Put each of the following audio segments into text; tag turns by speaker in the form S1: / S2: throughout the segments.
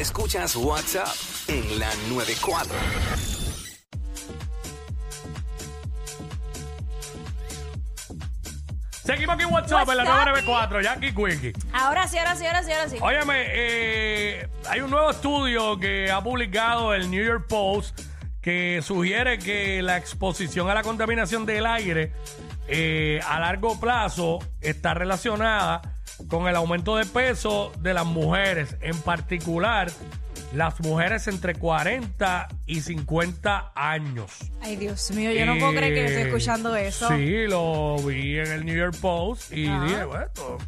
S1: Escuchas WhatsApp en la 94.
S2: Seguimos aquí en WhatsApp en la
S3: WhatsApp.
S2: 994, Jackie Quickie.
S3: Ahora sí, ahora sí, ahora sí, ahora sí.
S2: Óyeme, eh, hay un nuevo estudio que ha publicado el New York Post que sugiere que la exposición a la contaminación del aire eh, a largo plazo está relacionada con el aumento de peso de las mujeres, en particular las mujeres entre 40 y 50 años.
S3: Ay, Dios mío, yo no puedo creer que yo estoy
S2: Eh,
S3: escuchando eso.
S2: Sí, lo vi en el New York Post y
S3: Ajá.
S2: dije, bueno, esto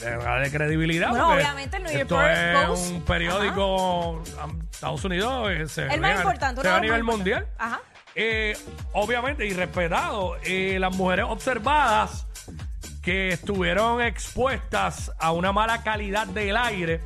S2: le da de credibilidad.
S3: Bueno,
S2: porque
S3: obviamente el New York
S2: esto
S3: Post-
S2: es
S3: Post,
S2: un periódico am- Estados Unidos, eh, se ve
S3: El más
S2: a-
S3: importante,
S2: se ve
S3: uno de
S2: a nivel
S3: los más
S2: mundial.
S3: importantes. Ajá.
S2: Eh, obviamente, y respetado, eh, las mujeres observadas que estuvieron expuestas a una mala calidad del aire,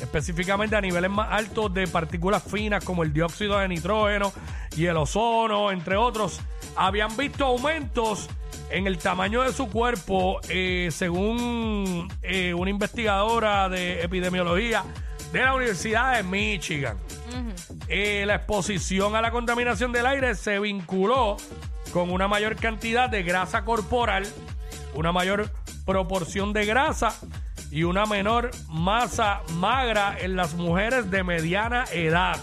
S2: específicamente a niveles más altos de partículas finas como el dióxido de nitrógeno y el ozono, entre otros, habían visto aumentos en el tamaño de su cuerpo, eh, según eh, una investigadora de epidemiología de la Universidad de Michigan. Eh, la exposición a la contaminación del aire se vinculó con una mayor cantidad de grasa corporal, una mayor proporción de grasa y una menor masa magra en las mujeres de mediana edad.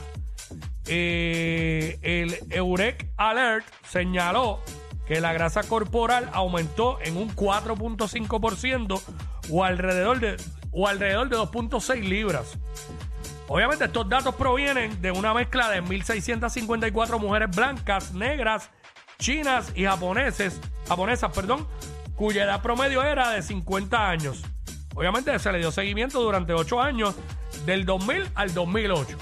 S2: Eh, el Eurek Alert señaló que la grasa corporal aumentó en un 4.5% o alrededor de, o alrededor de 2.6 libras. Obviamente estos datos provienen de una mezcla de 1.654 mujeres blancas, negras, chinas y japoneses, japonesas, perdón, cuya edad promedio era de 50 años. Obviamente se le dio seguimiento durante 8 años, del 2000 al 2008.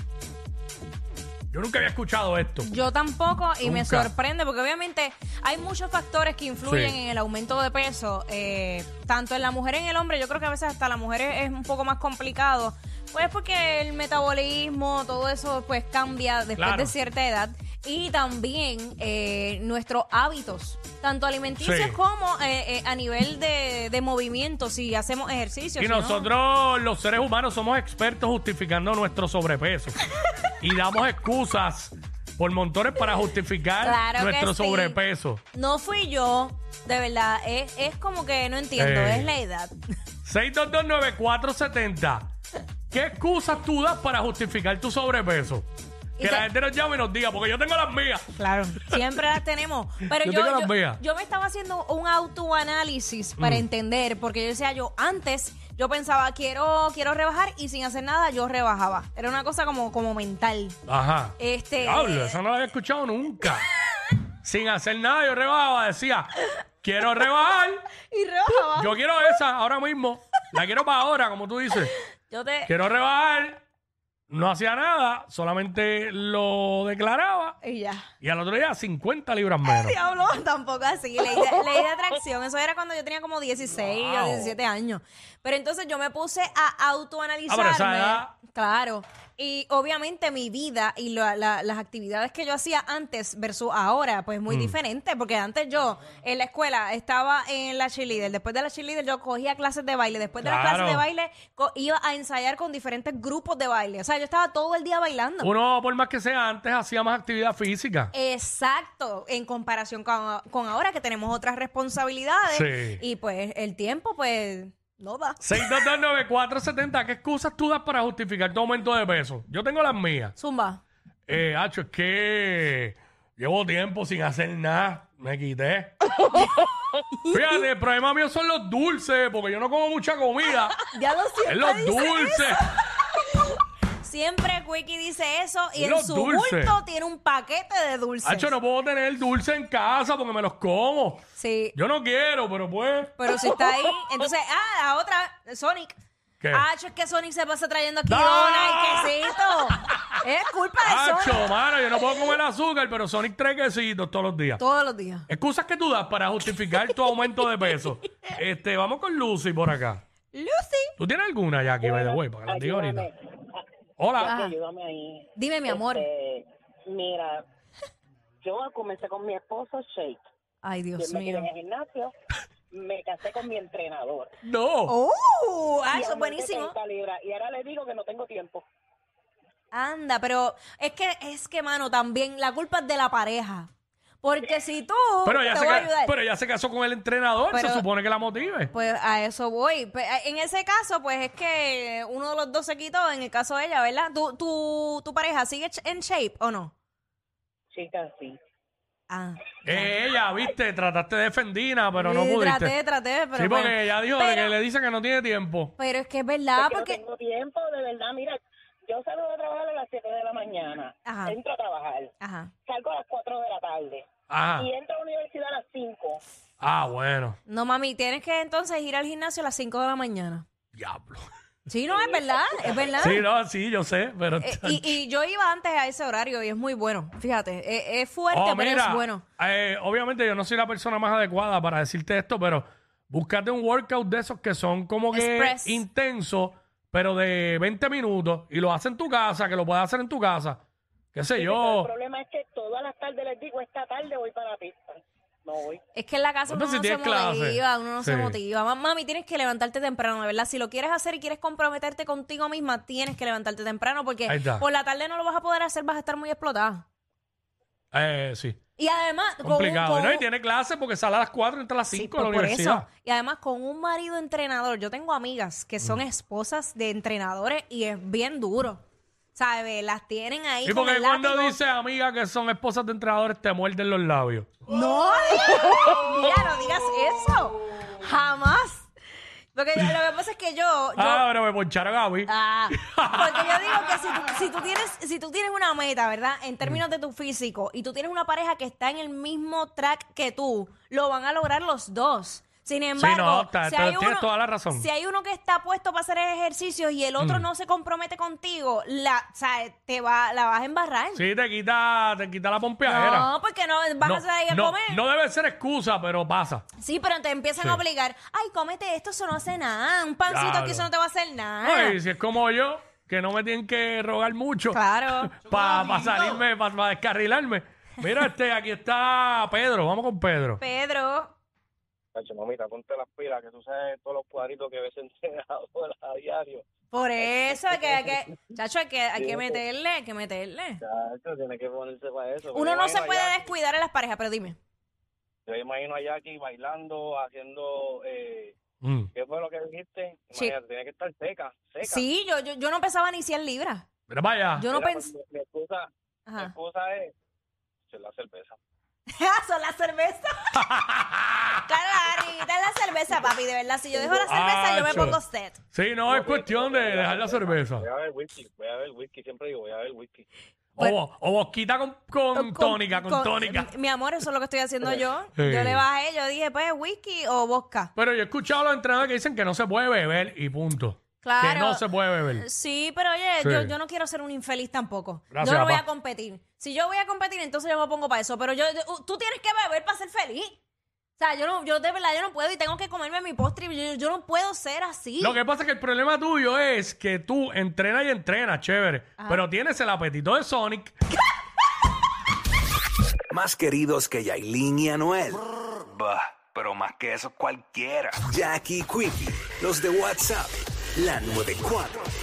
S2: Yo nunca había escuchado esto.
S3: Yo tampoco y me
S2: Nunca.
S3: sorprende porque obviamente hay muchos factores que influyen
S2: Sí.
S3: en el aumento de peso, eh, tanto en la mujer y en el hombre. Yo creo que a veces hasta la mujer es es un poco más complicado, pues porque el metabolismo, todo eso pues cambia después
S2: Claro.
S3: de cierta edad. Y también eh, nuestros hábitos, tanto alimenticios
S2: Sí.
S3: como eh, eh, a nivel de, de movimiento, si hacemos ejercicio.
S2: Y
S3: si no.
S2: nosotros, los seres humanos, somos expertos justificando nuestro sobrepeso. y damos excusas por montones para justificar
S3: Claro que
S2: nuestro
S3: sí.
S2: sobrepeso.
S3: No fui yo, de verdad, es, es como que no entiendo,
S2: Eh.
S3: es la edad.
S2: 6229470. ¿Qué excusas tú das para justificar tu sobrepeso?
S3: Y
S2: Que
S3: te-
S2: la gente nos llame y nos diga, porque yo tengo las mías.
S3: Claro. Siempre las tenemos. Pero
S2: Yo
S3: yo,
S2: tengo las mías. Mm.
S3: yo, yo me estaba haciendo un autoanálisis para entender, porque yo decía yo, antes yo pensaba, quiero, quiero rebajar y sin hacer nada yo rebajaba. Era una cosa como, como mental.
S2: Ajá.
S3: Este,
S2: Diablo,
S3: eh,
S2: eso no lo había escuchado nunca. Sin hacer nada, yo rebajaba, decía, quiero rebajar.
S3: Y rebajaba.
S2: Yo quiero esa ahora mismo. La quiero para ahora, como tú dices.
S3: Yo te...
S2: Quiero rebajar. No hacía nada, solamente lo declaraba.
S3: Y ya.
S2: Y al otro día, 50 libras menos.
S3: Diablo, tampoco así. Ley de, ley de atracción. Eso era cuando yo tenía como 16
S2: Wow.
S3: o 17 años. Pero entonces yo me puse a autoanalizarme.
S2: Ah, pero esa edad-
S3: Claro. Y obviamente mi vida y la- la- las actividades que yo hacía antes versus ahora, pues
S2: Mm.
S3: muy diferente. Porque antes yo en la escuela estaba en la cheerleader. Después de la cheerleader yo cogía clases de baile. Después de las
S2: Claro.
S3: clases de baile co- iba a ensayar con diferentes grupos de baile. O sea, yo estaba todo el día bailando.
S2: Uno, por más que sea antes, hacía más actividad física.
S3: Exacto, en comparación con, con ahora que tenemos otras responsabilidades
S2: Sí.
S3: y pues el tiempo pues no da.
S2: 6229470, ¿qué excusas tú das para justificar tu aumento de peso? Yo tengo las mías.
S3: Zumba.
S2: Eh, hacho, es que llevo tiempo sin hacer nada. Me quité. Fíjate, el problema mío son los dulces, porque yo no como mucha comida.
S3: Ya lo
S2: Es los dulces.
S3: Siempre Quickie dice eso y en
S2: Los
S3: su
S2: dulces.
S3: bulto tiene un paquete de dulces.
S2: Hacho, no puedo tener dulce en casa porque me los como.
S3: Sí.
S2: Yo no quiero, pero pues.
S3: Pero si está ahí, entonces, ah, la otra, Sonic.
S2: ¿Qué?
S3: Acho, es que Sonic se pasa trayendo aquí
S2: ¡No!
S3: dona y quesito. es culpa de Sonic.
S2: Acho, mano, yo no puedo comer azúcar, pero Sonic tres quesitos todos los días.
S3: Todos los días.
S2: Excusas que tú das para justificar tu aumento de peso. Este, vamos con Lucy por acá.
S3: Lucy.
S2: ¿Tú tienes alguna ya aquí, by the way, para que la diga ahorita?
S4: Ayúdame,
S2: Hola.
S3: Ajá.
S4: ayúdame ahí.
S3: Dime, mi amor.
S4: Este, mira, yo comencé con mi esposo Shake.
S3: Ay,
S4: Yo
S3: Dios
S4: me quedé
S3: mío.
S4: en el gimnasio. Me casé con mi entrenador.
S2: No.
S3: ¡Oh! Ah, eso
S4: Y
S3: es
S4: aumenté
S3: buenísimo.
S4: 30 libras. Y ahora le digo que no tengo tiempo.
S3: Anda, pero es que, es que, mano, también la culpa es de la pareja. Porque si tú
S2: Pero
S3: te
S2: ella, se
S3: voy a
S2: ca-
S3: ayudar.
S2: pero ella se casó con el entrenador, se
S3: Pero-
S2: supone que la motive.
S3: Pues a eso voy. Pe- a- En ese caso, pues es que uno de los dos se quitó, en el caso de ella, ¿verdad? ¿Tu, tu, tu pareja sigue ch- en shape o no?
S4: Chica, sí.
S3: Ah.
S2: Eh, ella, viste, trataste de fendina, pero no
S3: Sí,
S2: pudiste.
S3: Eh, Traté, traté, pero
S2: sí, porque
S3: bueno.
S2: ella dijo de
S3: pero,
S2: que le dicen que no tiene tiempo.
S3: pero es que es verdad,
S4: que
S3: Ah, porque...
S4: no tengo tiempo, de verdad. Mira, yo salgo de trabajar a las 7 de la mañana.
S3: Ajá.
S4: Entro a trabajar.
S3: Ajá.
S4: Salgo a las 4 de la tarde.
S2: Ajá.
S4: Y entro a la universidad a las 5.
S2: Ah, bueno.
S3: No, mami, tienes que entonces ir al gimnasio a las 5 de la mañana.
S2: Diablo.
S3: Sí, no, es verdad, es verdad.
S2: Sí, no, sí, yo sé, pero...
S3: Ah. Eh, y, y yo iba antes a ese horario y es muy bueno. Fíjate, eh, es, fuerte,
S2: Oh,
S3: pero
S2: mira,
S3: es bueno.
S2: eh, obviamente yo no soy la persona más adecuada para decirte esto, pero búscate un workout de esos que son como que
S3: Express.
S2: intensos, pero de 20 minutos, y lo haces en tu casa, que lo puedas hacer en tu casa. Qué sé
S4: El
S2: yo.
S4: problema es que todas las tardes les digo, esta tarde voy para la pista. No voy.
S3: Es que en la casa
S2: Bueno,
S3: uno
S2: si
S3: no se
S2: tienes clase.
S3: motiva, uno no se
S2: Sí.
S3: motiva. Ma- Mami, tienes que levantarte temprano, de verdad. Si lo quieres hacer y quieres comprometerte contigo misma, tienes que levantarte temprano porque
S2: Ahí está.
S3: por la tarde no lo vas a poder hacer, vas a estar muy explotada.
S2: Eh, sí,
S3: Y además, con un-
S2: complicado.
S3: con
S2: ¿no? Y
S3: un-
S2: tiene clase porque sale a las 4 y entra a las 5
S3: Sí, pues
S2: a la
S3: por- por
S2: universidad.
S3: eso. Y además con un marido entrenador. Yo tengo amigas que
S2: Mm.
S3: son esposas de entrenadores y es bien duro. ¿Sabes? Las tienen ahí.
S2: Y
S3: con
S2: porque
S3: el
S2: cuando
S3: látigo.
S2: dices, amiga, que son esposas de entrenadores, te muerden los labios.
S3: No, mira, no digas eso. Jamás. Porque lo que pasa es que yo. yo-
S2: Ah, pero me poncharon a mí.
S3: Ah, porque yo digo que si tú, si tú tienes, si tú tienes una meta, ¿verdad? En términos de tu físico y tú tienes una pareja que está en el mismo track que tú, lo van a lograr los dos. Sin embargo,
S2: no, está- está- tienes toda la razón. Mm.
S3: Si hay uno que está puesto para hacer ejercicios y el otro no se compromete contigo, la, o sea, te va, la vas a embarrar.
S2: Sí, te quita, te quita la pompeadera.
S3: no, porque no vas a salir a
S2: no,
S3: comer.
S2: no debe ser excusa, pero pasa.
S3: Sí, pero te empiezan
S2: Sí.
S3: a obligar. Ay, cómete esto, eso no hace nada. Un pancito
S2: Claro.
S3: aquí, eso no te va a hacer nada.
S2: Ay, si es como yo, que no me tienen que rogar mucho
S3: Ah. Claro.
S2: para salirme, para descarrilarme. Mira, este, aquí está Pedro. Vamos con Pedro.
S3: Pedro.
S5: Cacho, mamita, ponte las pilas, que tú sabes todos los cuadritos que ves entrenador a diario.
S3: Por eso, hay que, hay que, chacho, hay que, hay que meterle, hay que meterle.
S5: Cacho, tiene que ponerse para eso.
S3: Uno
S5: Yo
S3: no
S5: imagino
S3: se
S5: a
S3: puede
S5: Jackie-
S3: descuidar a las parejas, pero dime.
S5: Yo imagino a Jackie bailando, haciendo... Eh,
S2: Mm.
S5: ¿Qué fue lo que dijiste?
S3: Sí.
S5: Imagínate, tiene que estar seca, seca.
S3: Sí, yo, yo, yo no pesaba ni 100 libras.
S2: Mira, vaya.
S3: Yo no
S5: Mira,
S3: pensé.
S5: pues, mi, mi excusa, mi
S3: Ajá.
S5: excusa es se la cerveza.
S3: Son las cervezas. Cargarita es la cerveza, papi. De verdad, si yo dejo la cerveza, yo me
S2: Acho.
S3: pongo set.
S2: Sí, no, es cuestión de dejar la cerveza.
S5: Voy a ver whisky, voy a ver whisky, siempre digo, voy a ver whisky.
S2: O, bo- o bosquita con, con tónica, con, tónica.
S3: Mi amor, eso es lo que estoy haciendo yo.
S2: Sí.
S3: Yo le bajé, yo dije, pues, whisky o vodka.
S2: Pero yo he escuchado a los entrenadores que dicen que no se puede beber y punto.
S3: Claro. Eh,
S2: Que no se puede beber.
S3: Sí, pero oye,
S2: Sí.
S3: yo, yo no quiero ser un infeliz tampoco.
S2: Gracias,
S3: yo no voy
S2: papá.
S3: a competir. Si yo voy a competir, entonces yo me pongo para eso. Pero yo, yo- tú tienes que beber para ser feliz. O sea, yo no, yo de verdad yo no puedo y tengo que comerme mi postre. Yo, yo no puedo ser así.
S2: Lo que pasa es que el problema tuyo es que tú entrenas y entrenas, chévere. Pero tienes el apetito de Sonic.
S1: Más queridos que Yailin y Anuel. Bah, pero más que eso cualquiera. Jackie Quickie, los de WhatsApp, la 94.